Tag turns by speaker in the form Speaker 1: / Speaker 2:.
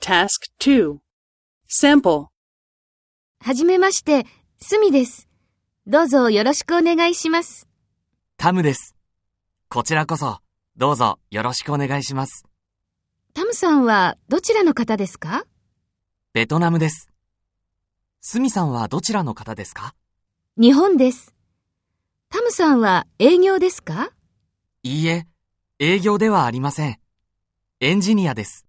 Speaker 1: Task 2. Sample.
Speaker 2: はじめまして、すみです。どうぞよろしくお願いします。
Speaker 3: タムです。こちらこそ、どうぞよろしくお願いします。
Speaker 2: タムさんはどちらの方ですか
Speaker 3: ベトナムです。スミさんはどちらの方ですか
Speaker 2: 日本です。タムさんは営業ですか
Speaker 3: いいえ、営業ではありません。エンジニアです。